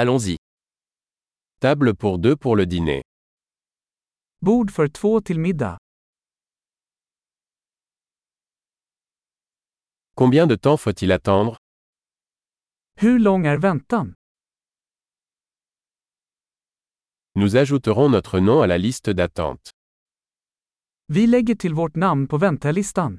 Allons-y. Table pour deux pour le dîner. Bord för två till middag. Combien de temps faut-il attendre Hur lång är väntan? Nous ajouterons notre nom à la liste d'attente. Vi lägger till vårt namn på väntelistan.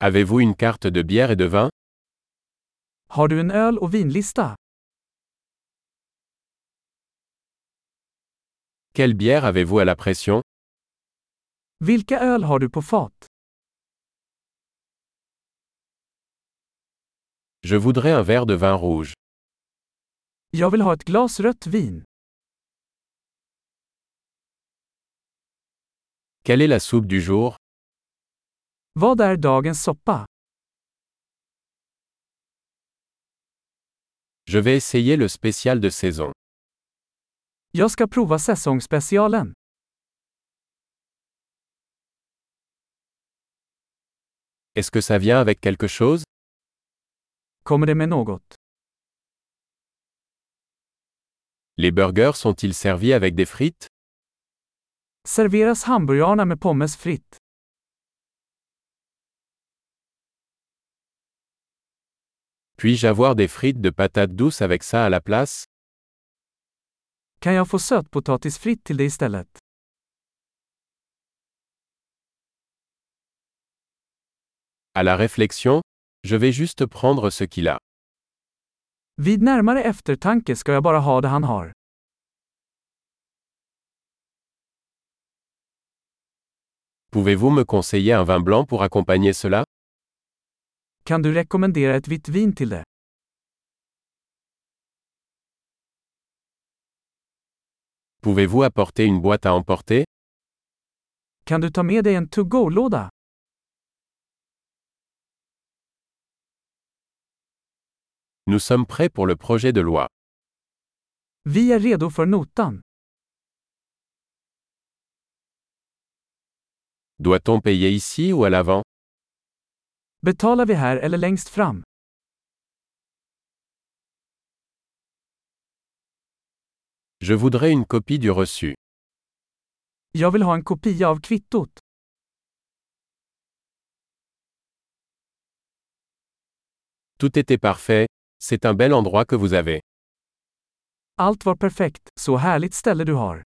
Avez-vous une carte de bière et de vin Har du en öl och vinlista? Quelle bière avez-vous à la pression Vilka öl har du på fat? Je voudrais un verre de vin rouge. Jag vill ha ett glas rött vin. Quelle est la soupe du jour Vad är dagens soppa? Je vais essayer le spécial de saison. Jag ska prova säsongsspecialen. Est-ce que ça vient avec quelque chose Kommer det med något? Les burgers sont-ils servis avec des frites Serveras hamburgarna med pommes fritt? Puis-je avoir des frites de patates douces avec ça à la place Kan jag få sötpotatis fritt till det istället? À la réflexion, je vais juste prendre ce qu'il a. Vid närmare eftertanke ska jag bara ha det han har. Pouvez-vous me conseiller un vin blanc pour accompagner cela Kan du rekommendera ett vitt vin till det? Pouvez-vous apporter une boîte à emporter Kan du ta med dig en to-go-låda? Nous sommes prêts pour le projet de loi. Vi är redo för notan. Doit-on payer ici ou à l'avant Betalar vi här eller längst fram? Je voudrais une copie du reçu. Jag vill ha en kopia av kvittot. Tout était parfait, c'est un bel endroit que vous avez. Allt var perfekt, så härligt ställe du har.